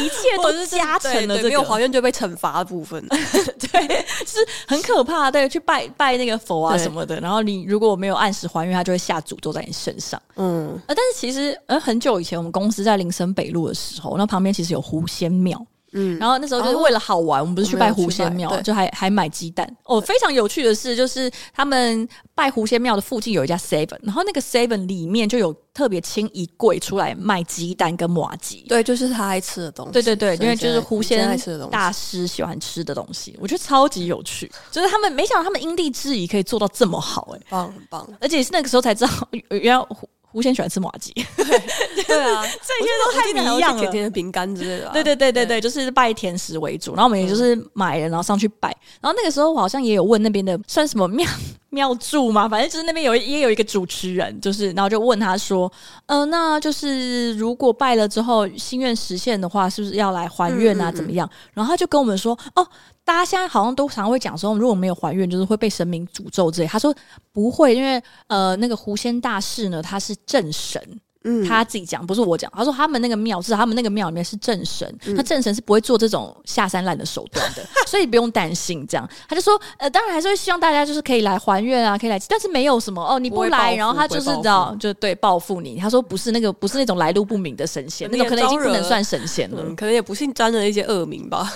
[SPEAKER 1] 一切
[SPEAKER 2] 或
[SPEAKER 1] 都
[SPEAKER 2] 者是
[SPEAKER 1] 加成了
[SPEAKER 2] 哦对
[SPEAKER 1] 这
[SPEAKER 2] 对没有
[SPEAKER 1] 个，
[SPEAKER 2] 还愿就被惩罚的部分，
[SPEAKER 1] 对，是很可怕。对，去拜拜那个佛啊
[SPEAKER 2] 对
[SPEAKER 1] 什么的，然后你如果没有按时还愿，他就会下诅咒在你身上。
[SPEAKER 2] 嗯，
[SPEAKER 1] 呃，但是其实呃，很久以前我们公司在林森北路的时候，那旁边其实有狐仙庙。嗯，
[SPEAKER 2] 嗯
[SPEAKER 1] 然后那时候就是为了好玩，我们不是去拜狐仙
[SPEAKER 2] 我们有
[SPEAKER 1] 庙，
[SPEAKER 2] 去拜对
[SPEAKER 1] 就还还买鸡蛋。哦，非常有趣的是，就是他们拜狐仙庙的附近有一家 Seven，然后那个 Seven 里面就有特别清一柜出来卖鸡蛋跟麻吉。
[SPEAKER 2] 对，就是他爱吃的东西，
[SPEAKER 1] 对对对，
[SPEAKER 2] 所
[SPEAKER 1] 因
[SPEAKER 2] 以
[SPEAKER 1] 为就是
[SPEAKER 2] 现在
[SPEAKER 1] 狐
[SPEAKER 2] 现在
[SPEAKER 1] 仙
[SPEAKER 2] 爱吃的东西，
[SPEAKER 1] 大师喜欢吃的东西，我觉得超级有趣。就是他们没想到他们因地制宜可以做到这么好、哎，
[SPEAKER 2] 棒很棒，
[SPEAKER 1] 而且是那个时候才知道， 原来狐狐仙喜欢吃麻 吉，
[SPEAKER 2] 对 啊，
[SPEAKER 1] 这些都太
[SPEAKER 2] 我记
[SPEAKER 1] 迷
[SPEAKER 2] 得还有
[SPEAKER 1] 样
[SPEAKER 2] 一些
[SPEAKER 1] 了
[SPEAKER 2] 甜。甜的饼干之类的吧，啊
[SPEAKER 1] 对对对对对，就是拜甜食为主，然后我们也就是
[SPEAKER 2] 嗯
[SPEAKER 1] 买了，然后上去拜。然后那个时候我好像也有问那边的算什么庙庙祝嘛，反正就是那边有也有一个主持人，就是然后就问他说，呃，那就是如果拜了之后心愿实现的话，是不是要来还愿啊？
[SPEAKER 2] 嗯嗯嗯
[SPEAKER 1] 怎么样？然后他就跟我们说，哦。大家现在好像都常会讲说，如果没有还愿，就是会被神明诅咒之类。他说不会，因为呃，那个狐仙大士呢，他是正神，
[SPEAKER 2] 嗯，
[SPEAKER 1] 他自己讲，不是我讲。他说他们那个庙是他们那个庙里面是正神，那正神是不会做这种下三滥的手段的，所以不用担心。这样，他就说，呃，当然还是会希望大家就是可以来还愿啊，可以来，但是没有什么哦，你
[SPEAKER 2] 不
[SPEAKER 1] 不
[SPEAKER 2] 会报
[SPEAKER 1] 来，
[SPEAKER 2] 复
[SPEAKER 1] 然后他就是
[SPEAKER 2] 不会报复
[SPEAKER 1] 知道就对报复你。他说不是那个，不是那种来路不明的神仙，那
[SPEAKER 2] 你
[SPEAKER 1] 种
[SPEAKER 2] 也
[SPEAKER 1] 可能已经
[SPEAKER 2] 招惹
[SPEAKER 1] 不能算神仙了。
[SPEAKER 2] 嗯，可能也不幸沾了一些恶名吧，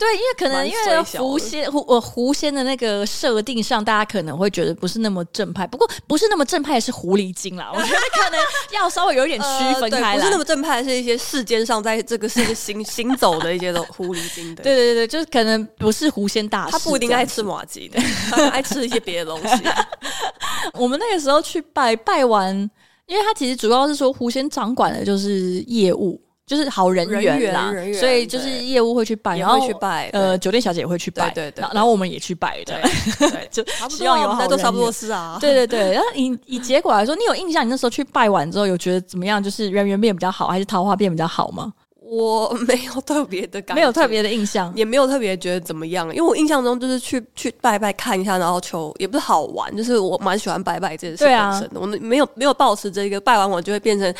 [SPEAKER 1] 对，因为可能
[SPEAKER 2] 蛮
[SPEAKER 1] 因为
[SPEAKER 2] 衰小的
[SPEAKER 1] 狐仙狐呃狐仙的那个设定上，大家可能会觉得不是那么正派。不过不是那么正派是狐狸精啦，我觉得可能要稍微有一点 区
[SPEAKER 2] 呃
[SPEAKER 1] 分
[SPEAKER 2] 对
[SPEAKER 1] 开
[SPEAKER 2] 不
[SPEAKER 1] 来。
[SPEAKER 2] 是那么正派，是一些世间上在这个世界 行行走的一些都狐狸精的，
[SPEAKER 1] 对对对对，就是可能不是狐仙大师，
[SPEAKER 2] 他不一定爱。 吃马吉的，他爱吃一些别的东西。
[SPEAKER 1] 我们那个时候去拜拜完，因为它其实主要是说狐仙掌管的就是业务，就是好人
[SPEAKER 2] 人
[SPEAKER 1] 缘
[SPEAKER 2] 缘
[SPEAKER 1] 啦，
[SPEAKER 2] 人缘
[SPEAKER 1] 所以就是
[SPEAKER 2] 对
[SPEAKER 1] 业务会去拜，
[SPEAKER 2] 也
[SPEAKER 1] 然后
[SPEAKER 2] 会去拜，
[SPEAKER 1] 呃，酒店小姐也会去拜，
[SPEAKER 2] 对对对
[SPEAKER 1] 然后然后我们也去拜的
[SPEAKER 2] 对，对，
[SPEAKER 1] 就
[SPEAKER 2] 差不
[SPEAKER 1] 希
[SPEAKER 2] 多啊，
[SPEAKER 1] 望有
[SPEAKER 2] 我们
[SPEAKER 1] 好
[SPEAKER 2] 在做
[SPEAKER 1] 人
[SPEAKER 2] 差不多
[SPEAKER 1] 缘
[SPEAKER 2] 事 啊，
[SPEAKER 1] 对对对。然后以以结果来说，你有印象？你那时候去拜完之后，有觉得怎么样？就是人缘变比较好，还是桃花变比较好吗？
[SPEAKER 2] 我没有特别的感觉，
[SPEAKER 1] 没有特别的印象。
[SPEAKER 2] 也没有特别觉得怎么样，因为我印象中就是去去拜拜看一下，然后求也不是好玩，就是我蛮喜欢拜拜这件事
[SPEAKER 1] 对
[SPEAKER 2] 本
[SPEAKER 1] 啊
[SPEAKER 2] 身的。我没有没有抱持这个拜完我就会变成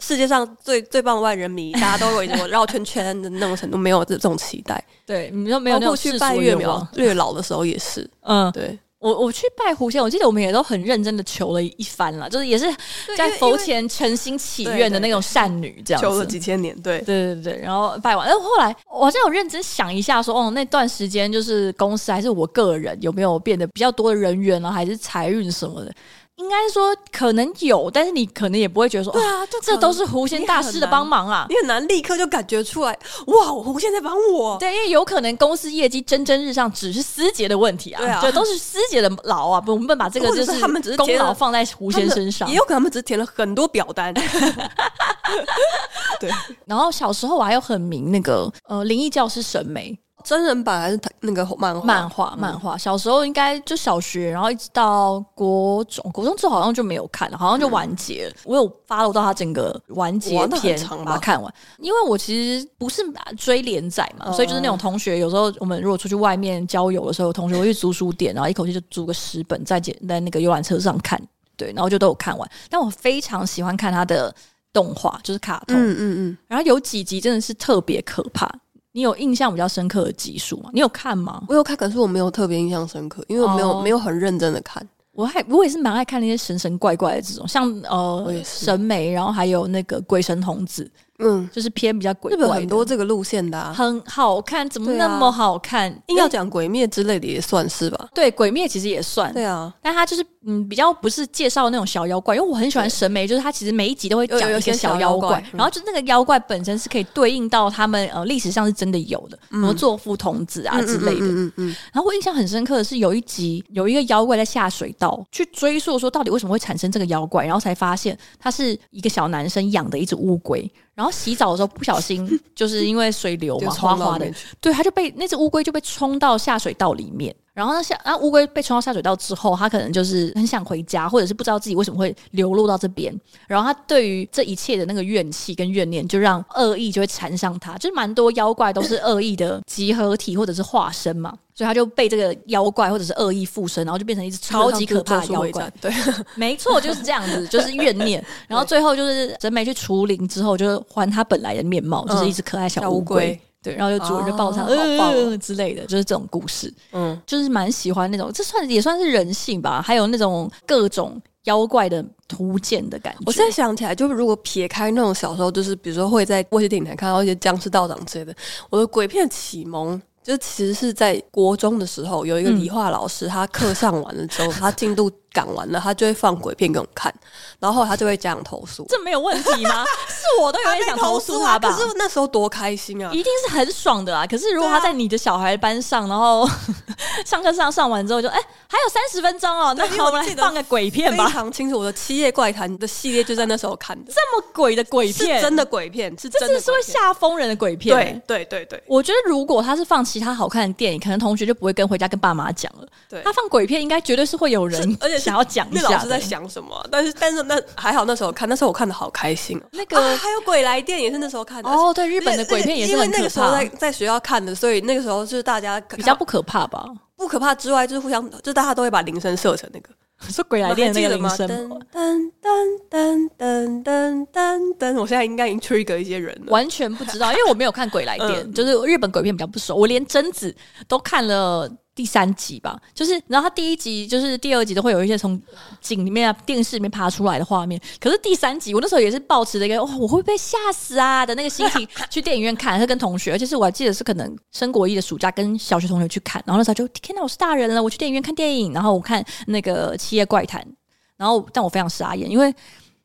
[SPEAKER 2] 世界上最最棒的万人迷，大家都围着我绕圈圈的那种程度，没有这种期待。
[SPEAKER 1] 对，你 说没有那
[SPEAKER 2] 包括
[SPEAKER 1] 种
[SPEAKER 2] 哦去
[SPEAKER 1] 世
[SPEAKER 2] 拜
[SPEAKER 1] 俗
[SPEAKER 2] 月
[SPEAKER 1] 愿
[SPEAKER 2] 苗
[SPEAKER 1] 望。
[SPEAKER 2] 月老的时候也是，
[SPEAKER 1] 嗯，
[SPEAKER 2] 对，
[SPEAKER 1] 我我去拜狐仙，我记得我们也都很认真的求了一番了，就是也是在佛前诚心祈愿的那种善女这样
[SPEAKER 2] 求了
[SPEAKER 1] 子。
[SPEAKER 2] 几千年，对。
[SPEAKER 1] 对对对，然后拜完，然后后来我好像有认真想一下说哦，那段时间就是公司还是我个人有没有变得比较多的人缘啊，还是财运什么的？应该说可能有，但是你可能也不会觉得说，
[SPEAKER 2] 对
[SPEAKER 1] 哦、
[SPEAKER 2] 啊，就可
[SPEAKER 1] 这
[SPEAKER 2] 能
[SPEAKER 1] 都是狐仙大师的帮忙啊。
[SPEAKER 2] 你很难立刻就感觉出来，哇，我红线在帮我，
[SPEAKER 1] 对，因为有可能公司业绩蒸蒸日上，只是师姐的问题啊，
[SPEAKER 2] 对啊
[SPEAKER 1] 就都是师姐的劳啊，不， 我们把这个
[SPEAKER 2] 或
[SPEAKER 1] 就
[SPEAKER 2] 者是他们只是
[SPEAKER 1] 功
[SPEAKER 2] 觉
[SPEAKER 1] 劳
[SPEAKER 2] 得
[SPEAKER 1] 放在胡
[SPEAKER 2] 他
[SPEAKER 1] 先
[SPEAKER 2] 们
[SPEAKER 1] 身上
[SPEAKER 2] 也。有可能他们只是填了很多表 单， 对，
[SPEAKER 1] 然后小时候我还有很迷那个呃灵异教师沈眉
[SPEAKER 2] 真人版还是他那个漫画？嗯
[SPEAKER 1] 漫画，漫画。小时候应该就小学，然后一直到国中，国中之后好像就没有看了，好像就完结了。我有 follow 到它整个完结
[SPEAKER 2] 哇嗯那很
[SPEAKER 1] 篇，
[SPEAKER 2] 长吧
[SPEAKER 1] 把它看完。因为我其实不是追连载嘛，
[SPEAKER 2] 哦
[SPEAKER 1] 所以就是那种同学有时候我们如果出去外面郊游的时候，有同学会去租书店，然后一口气就租个十本在捷在那个游览车上看，对，然后就都有看完。但我非常喜欢看它的动画，就是卡通。
[SPEAKER 2] 嗯嗯嗯，
[SPEAKER 1] 然后有几集真的是特别可怕。你有印象比较深刻的集数吗？你有看吗？
[SPEAKER 2] 我有看，可是我没有特别印象深刻，因为我没有、
[SPEAKER 1] 哦
[SPEAKER 2] 没有很认真的看。
[SPEAKER 1] 我还我也是蛮爱看那些神神怪怪的这种，像呃
[SPEAKER 2] 我也是
[SPEAKER 1] 神美，然后还有那个鬼神童子，
[SPEAKER 2] 嗯，
[SPEAKER 1] 就是偏比较鬼
[SPEAKER 2] 日
[SPEAKER 1] 怪的
[SPEAKER 2] 本很多这个路线的、啊，
[SPEAKER 1] 很好看，怎么
[SPEAKER 2] 对
[SPEAKER 1] 那
[SPEAKER 2] 啊
[SPEAKER 1] 么好看？
[SPEAKER 2] 硬要讲鬼灭之类的也算是吧。
[SPEAKER 1] 对鬼灭其实也算，
[SPEAKER 2] 对啊，
[SPEAKER 1] 但它就是嗯比较不是介绍那种小妖怪，因为我很喜欢神美，就是它其实每一集都会
[SPEAKER 2] 有
[SPEAKER 1] 讲
[SPEAKER 2] 有
[SPEAKER 1] 一
[SPEAKER 2] 有
[SPEAKER 1] 些
[SPEAKER 2] 些
[SPEAKER 1] 小
[SPEAKER 2] 小
[SPEAKER 1] 妖
[SPEAKER 2] 妖
[SPEAKER 1] 怪，
[SPEAKER 2] 怪嗯
[SPEAKER 1] 然后就那个妖怪本身是可以对应到他们呃历史上是真的有的，什么作父童子啊之类的。
[SPEAKER 2] 嗯嗯嗯嗯嗯
[SPEAKER 1] 然后我印象很深刻的是，有一集有一个妖怪在下水道去追溯说到底为什么会产生这个妖怪，然后才发现他是一个小男生养的一只乌龟，然后洗澡的时候不小心就是因为水流
[SPEAKER 2] 嗯，
[SPEAKER 1] 嘛
[SPEAKER 2] 就
[SPEAKER 1] 哗
[SPEAKER 2] 冲到
[SPEAKER 1] 哗
[SPEAKER 2] 那
[SPEAKER 1] 的
[SPEAKER 2] 边，去
[SPEAKER 1] 对，他就被那只乌龟就被冲到下水道里面。然后呢，下那乌龟被冲到下水道之后，他可能就是很想回家，或者是不知道自己为什么会流落到这边。然后他对于这一切的那个怨气跟怨念，就让恶意就会缠上他。就是蛮多妖怪都是恶意的集合体或者是化身嘛，所以他就被这个妖怪或者是恶意附身，然后就变成一只超级可怕的妖怪。，
[SPEAKER 2] 对，
[SPEAKER 1] 没错，就是这样 子，就是怨念。然后最后就是真美去除灵之后，就是还他本来的面貌，就是一只可爱嗯小
[SPEAKER 2] 小
[SPEAKER 1] 乌
[SPEAKER 2] 乌龟
[SPEAKER 1] 龟。对，然后就主人就抱他，
[SPEAKER 2] 哦好棒哦
[SPEAKER 1] 呃之类的，就是这种故事，
[SPEAKER 2] 嗯，
[SPEAKER 1] 就是蛮喜欢那种，这算也算是人性吧。还有那种各种妖怪的图鉴的感觉。
[SPEAKER 2] 我现在想起来，就是如果撇开那种小时候，就是比如说会在电视电影台看到一些僵尸道长之类的，我的鬼片启蒙。就其实是在国中的时候，有一
[SPEAKER 1] 嗯
[SPEAKER 2] 个理化老师，他课上完了之后，他进度赶完了，他就会放鬼片给我们看，然后后来他就会家长投诉，
[SPEAKER 1] 这没有问题 吗？是我都有点想投诉
[SPEAKER 2] 他
[SPEAKER 1] 他吧
[SPEAKER 2] 啊可。是那时候多开心啊！
[SPEAKER 1] 一定是很爽的啦。可是如果
[SPEAKER 2] 对啊
[SPEAKER 1] 他在你的小孩班上，然后 上课上上完之后就，哎，还有三十分钟哦，那
[SPEAKER 2] 对因为
[SPEAKER 1] 我
[SPEAKER 2] 我
[SPEAKER 1] 们
[SPEAKER 2] 记
[SPEAKER 1] 来
[SPEAKER 2] 得
[SPEAKER 1] 放个鬼片
[SPEAKER 2] 非
[SPEAKER 1] 吧。
[SPEAKER 2] 常清楚，我的《七夜怪谈》的系列就在那时候看的，
[SPEAKER 1] 这么鬼的鬼
[SPEAKER 2] 是
[SPEAKER 1] 片，
[SPEAKER 2] 真的鬼片，是真的
[SPEAKER 1] 这是会
[SPEAKER 2] 鬼片
[SPEAKER 1] 吓疯人的鬼片、欸。
[SPEAKER 2] 对对对对
[SPEAKER 1] 我觉得如果他是放其他好看的电影，可能同学就不会跟回家跟爸妈讲了。
[SPEAKER 2] 对
[SPEAKER 1] 他。放鬼片，应该绝对是会有人
[SPEAKER 2] 是而且是
[SPEAKER 1] 想要讲一
[SPEAKER 2] 那
[SPEAKER 1] 下的。
[SPEAKER 2] 老师在想什么？但是但是那还好，那时候看，那时候我看的好开心、哦。
[SPEAKER 1] 那
[SPEAKER 2] 啊，
[SPEAKER 1] 个
[SPEAKER 2] 还有鬼来电也是那时候看的
[SPEAKER 1] 哦，对，日本的鬼片也是
[SPEAKER 2] 因为
[SPEAKER 1] 很
[SPEAKER 2] 那
[SPEAKER 1] 可
[SPEAKER 2] 个时候
[SPEAKER 1] 怕
[SPEAKER 2] 在，在学校看的，所以那个时候就是大家
[SPEAKER 1] 比较不可怕 吧？
[SPEAKER 2] 不可怕之外，就是互相，就大家都会把铃声设成那个
[SPEAKER 1] 说鬼来电的那个铃
[SPEAKER 2] 还记得
[SPEAKER 1] 声
[SPEAKER 2] 吗，噔噔噔噔噔噔噔。我现在应该已经 trigger 一些人了。
[SPEAKER 1] 完全不知道，因为我没有看鬼来电，
[SPEAKER 2] 嗯
[SPEAKER 1] 就是日本鬼片比较不熟，我连贞子都看了。第三集吧，就是然后他第一集就是第二集都会有一些从井里面啊电视里面爬出来的画面，可是第三集我那时候也是抱持着一个哦哇我会被吓死啊的那个心情去电影院看，是跟同学，而且是我还记得是可能升国一的暑假跟小学同学去看，然后那时候就天哪我是大人了，我去电影院看电影，然后我看那个《七夜怪谈》，然后但我非常傻眼，因为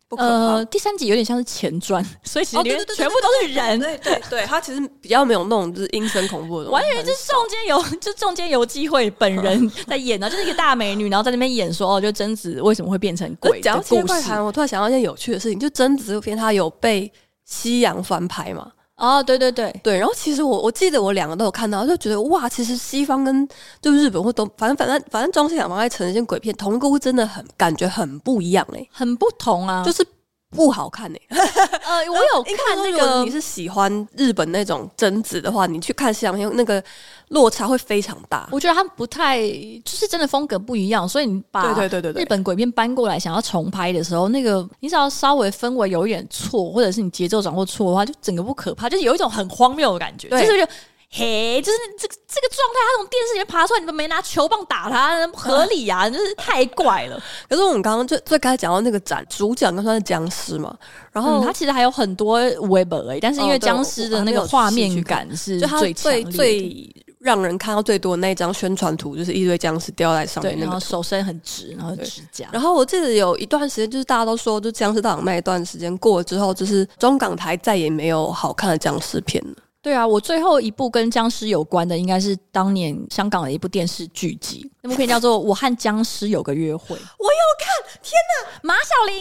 [SPEAKER 2] 不可怕。
[SPEAKER 1] 呃，第三集有点像是前传， 所以其实
[SPEAKER 2] 哦
[SPEAKER 1] 里
[SPEAKER 2] 对
[SPEAKER 1] 面
[SPEAKER 2] 对对对
[SPEAKER 1] 全部都是人，
[SPEAKER 2] 对对对，他其实比较没有那种就是阴森恐怖的东西，
[SPEAKER 1] 完全就是中间有， 就中间有机会本
[SPEAKER 2] 嗯
[SPEAKER 1] 人 在演啊，就是一个大美女，然后在那边演说哦，就贞子为什么会变成鬼
[SPEAKER 2] 讲
[SPEAKER 1] 的
[SPEAKER 2] 到《奇
[SPEAKER 1] 故
[SPEAKER 2] 怪
[SPEAKER 1] 事
[SPEAKER 2] 谈》，我突然想到一件有趣的事情，就贞子这部片，它有被西洋翻拍嘛？
[SPEAKER 1] 哦，对对对，
[SPEAKER 2] 对，然后其实我我记得我两个都有看到，就觉得哇，其实西方跟就日本或东，反正反正反正中西两方在呈现鬼片，同一个屋真的很感觉很不一样哎、
[SPEAKER 1] 很不同啊，
[SPEAKER 2] 就是不好看哎、
[SPEAKER 1] 呃，我有
[SPEAKER 2] 应该
[SPEAKER 1] 看
[SPEAKER 2] 说
[SPEAKER 1] 那
[SPEAKER 2] 如果
[SPEAKER 1] 个
[SPEAKER 2] 你是喜欢日本那种贞子的话，你去看西洋片，那个落差会非常大。
[SPEAKER 1] 我觉得他们不太，就是真的风格不一样，所以你把
[SPEAKER 2] 对对对对对
[SPEAKER 1] 日本鬼片搬过来想要重拍的时候，那个你只要稍微氛围有一点错，或者是你节奏掌握错的话，就整个不可怕，就是有一种很荒谬的感觉，就
[SPEAKER 2] 对
[SPEAKER 1] 是就嘿，就是这个这个状态，他从电视里面爬出来，你们没拿球棒打他，不合理啊，就是太怪了。
[SPEAKER 2] 可是我们刚刚最最开始讲到那个展，主角刚刚是僵尸嘛，然后
[SPEAKER 1] 嗯，他其实还有很多微博诶，但是因为
[SPEAKER 2] 哦对
[SPEAKER 1] 僵尸的那个
[SPEAKER 2] 我我还没有
[SPEAKER 1] 画
[SPEAKER 2] 细
[SPEAKER 1] 面
[SPEAKER 2] 去看
[SPEAKER 1] 感是
[SPEAKER 2] 就它
[SPEAKER 1] 最强
[SPEAKER 2] 最
[SPEAKER 1] 烈的
[SPEAKER 2] 最让人看到最多的那一张宣传图，就是一堆僵尸掉在上
[SPEAKER 1] 对
[SPEAKER 2] 面，那
[SPEAKER 1] 然后
[SPEAKER 2] 个。
[SPEAKER 1] 手伸很直，然后
[SPEAKER 2] 对
[SPEAKER 1] 指甲，
[SPEAKER 2] 然后我记得有一段时间，就是大家都说，就僵尸大王那一段时间过了之后，就是中港台再也没有好看的僵尸片了。
[SPEAKER 1] 对啊，我最后一部跟僵尸有关的，应该是当年香港的一部电视剧集，那部片叫做《我和僵尸有个约会》。
[SPEAKER 2] 我有看，天
[SPEAKER 1] 马小玲，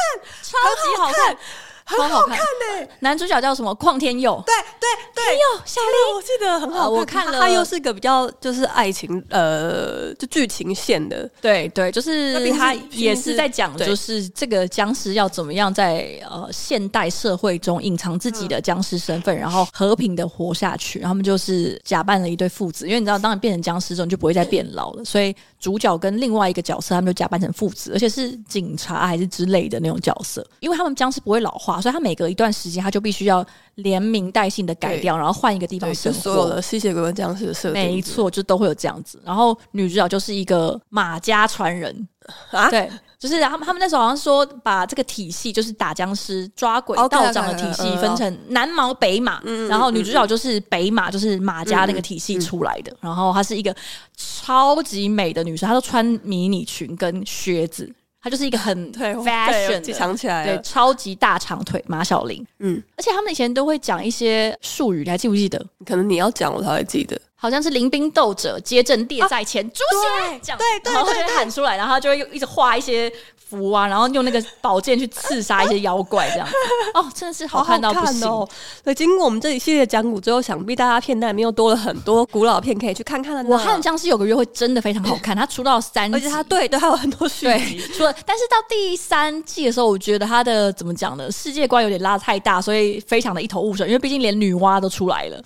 [SPEAKER 1] 很好看，超级好看，好看
[SPEAKER 2] 哪，
[SPEAKER 1] 男主角叫什么？邝天佑。
[SPEAKER 2] 对对对，啊
[SPEAKER 1] 佑，小玲，
[SPEAKER 2] 我记得很
[SPEAKER 1] 呃
[SPEAKER 2] 好看。
[SPEAKER 1] 我看了
[SPEAKER 2] 它又是一个比较就是爱情呃，就剧情线的。
[SPEAKER 1] 对对，就是
[SPEAKER 2] 那毕竟是
[SPEAKER 1] 他
[SPEAKER 2] 毕竟
[SPEAKER 1] 也
[SPEAKER 2] 是
[SPEAKER 1] 是在讲，
[SPEAKER 2] 对
[SPEAKER 1] 就是这个僵尸要怎么样在呃现代社会中隐藏自己
[SPEAKER 2] 嗯
[SPEAKER 1] 的僵尸身份，然后和平的活下去。然后他们就是假扮了一对父子，因为你知道，当你变成僵尸之后，你就不会再变老了，所以主角跟另外一个角色，他们就假扮成父子，而且是警察还是之类的那种角色。因为他们僵尸不会老化，所以他每隔一段时间，他就必须要连名带姓的改
[SPEAKER 2] 对
[SPEAKER 1] 掉，然后换一个地方
[SPEAKER 2] 对，
[SPEAKER 1] 生
[SPEAKER 2] 就
[SPEAKER 1] 活。
[SPEAKER 2] 所有的吸血鬼跟僵尸的设定，
[SPEAKER 1] 没错，就都会有这样子。然后女主角就是一个马家传人
[SPEAKER 2] 啊
[SPEAKER 1] 对，就是他们他们那时候好像说把这个体系，就是打僵尸、抓鬼、
[SPEAKER 2] OK，OK，
[SPEAKER 1] 道长的体系
[SPEAKER 2] 嗯
[SPEAKER 1] 分成南毛、北马，
[SPEAKER 2] 嗯嗯嗯
[SPEAKER 1] 然后女主角就是北马，就是马家那个体系出来的。然后她是一个超级美的女生，她都穿迷你裙跟靴子，她就是一个很
[SPEAKER 2] 对
[SPEAKER 1] fashion
[SPEAKER 2] 对，
[SPEAKER 1] 的。
[SPEAKER 2] 想起来
[SPEAKER 1] 对，
[SPEAKER 2] 了，
[SPEAKER 1] 超级大长腿马小玲，
[SPEAKER 2] 嗯，
[SPEAKER 1] 而且他们以前都会讲一些术语，你还记不记得？
[SPEAKER 2] 可能你要讲我才会记得。
[SPEAKER 1] 好像是临兵斗者，接阵列在前，诛
[SPEAKER 2] 对
[SPEAKER 1] 仙这样，
[SPEAKER 2] 啊对对
[SPEAKER 1] 然后他就会喊出来，然后他就会一直画一些符啊，然后用那个宝剑去刺杀一些妖怪，这样子。 哦，真的是好看到不行。
[SPEAKER 2] 哦！对，经过我们这一系列讲古之后，想必大家片单里面又多了很多古老片可以去看看了呢。
[SPEAKER 1] 我和僵尸有个约会真的非常好看，它出到三集，
[SPEAKER 2] 而且它对对，还有很多续
[SPEAKER 1] 对
[SPEAKER 2] 集。，
[SPEAKER 1] 除了但是到第三季的时候，我觉得它的怎么讲呢？世界观有点拉太大，所以非常的一头雾水，因为毕竟连女娲都出来 了，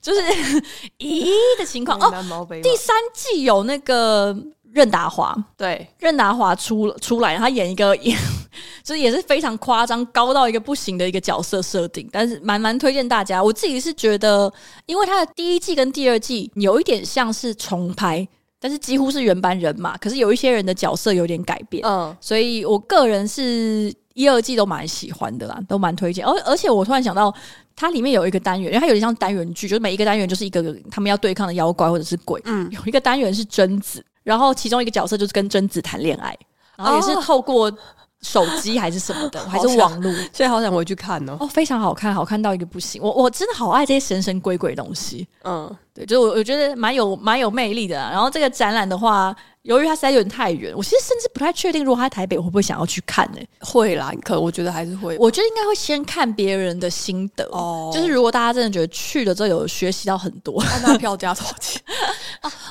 [SPEAKER 1] 就是 咦的情况哦。
[SPEAKER 2] 哦，
[SPEAKER 1] 第三季有那个任达华，
[SPEAKER 2] 对
[SPEAKER 1] 任达华出出来，他演一个， 就是也是非常夸张、高到一个不行的一个角色设定，但是蛮蛮推荐大家。我自己是觉得，因为他的第一季跟第二季有一点像是重拍，但是几乎是原班人马，可是有一些人的角色有点改变，
[SPEAKER 2] 嗯，
[SPEAKER 1] 所以我个人是一二季都蛮喜欢的啦，都蛮推荐。而而且我突然想到，它里面有一个单元，因为它有点像单元剧，就是每一个单元就是一个他们要对抗的妖怪或者是鬼。嗯，有一个单元是贞子，然后其中一个角色就是跟贞子谈恋爱，然后也是
[SPEAKER 2] 哦
[SPEAKER 1] 透过手机还是什么的，还是
[SPEAKER 2] 好像
[SPEAKER 1] 网络。
[SPEAKER 2] 所以好想回去看哦。
[SPEAKER 1] 哦，非常好看，好看到一个不行！我我真的好爱这些神神鬼鬼的东西。
[SPEAKER 2] 嗯，
[SPEAKER 1] 对，就是我我觉得蛮有蛮有魅力的、啊。然后这个展览的话，由于它实在有点太远，我其实甚至不太确定，如果它在台北，我会不会想要去看呢、欸
[SPEAKER 2] 会啦，可我觉得还是会。
[SPEAKER 1] 我觉得应该会先看别人的心得
[SPEAKER 2] 哦
[SPEAKER 1] 就是如果大家真的觉得去了之后有学习到很多
[SPEAKER 2] 看他票价多少 钱？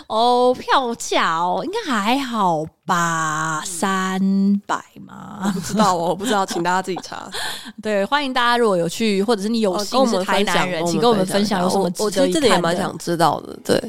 [SPEAKER 1] 哦，票价哦，应该还好吧，三百嘛。
[SPEAKER 2] 不知道哦，我不知道，请大家自己查。
[SPEAKER 1] 对，欢迎大家如果有去，或者是你有
[SPEAKER 2] 哦
[SPEAKER 1] 心是台南人，请跟我们分享有什么
[SPEAKER 2] 我我
[SPEAKER 1] 值
[SPEAKER 2] 其
[SPEAKER 1] 得
[SPEAKER 2] 实
[SPEAKER 1] 一
[SPEAKER 2] 真的也
[SPEAKER 1] 看
[SPEAKER 2] 蛮
[SPEAKER 1] 的
[SPEAKER 2] 想知道的。对，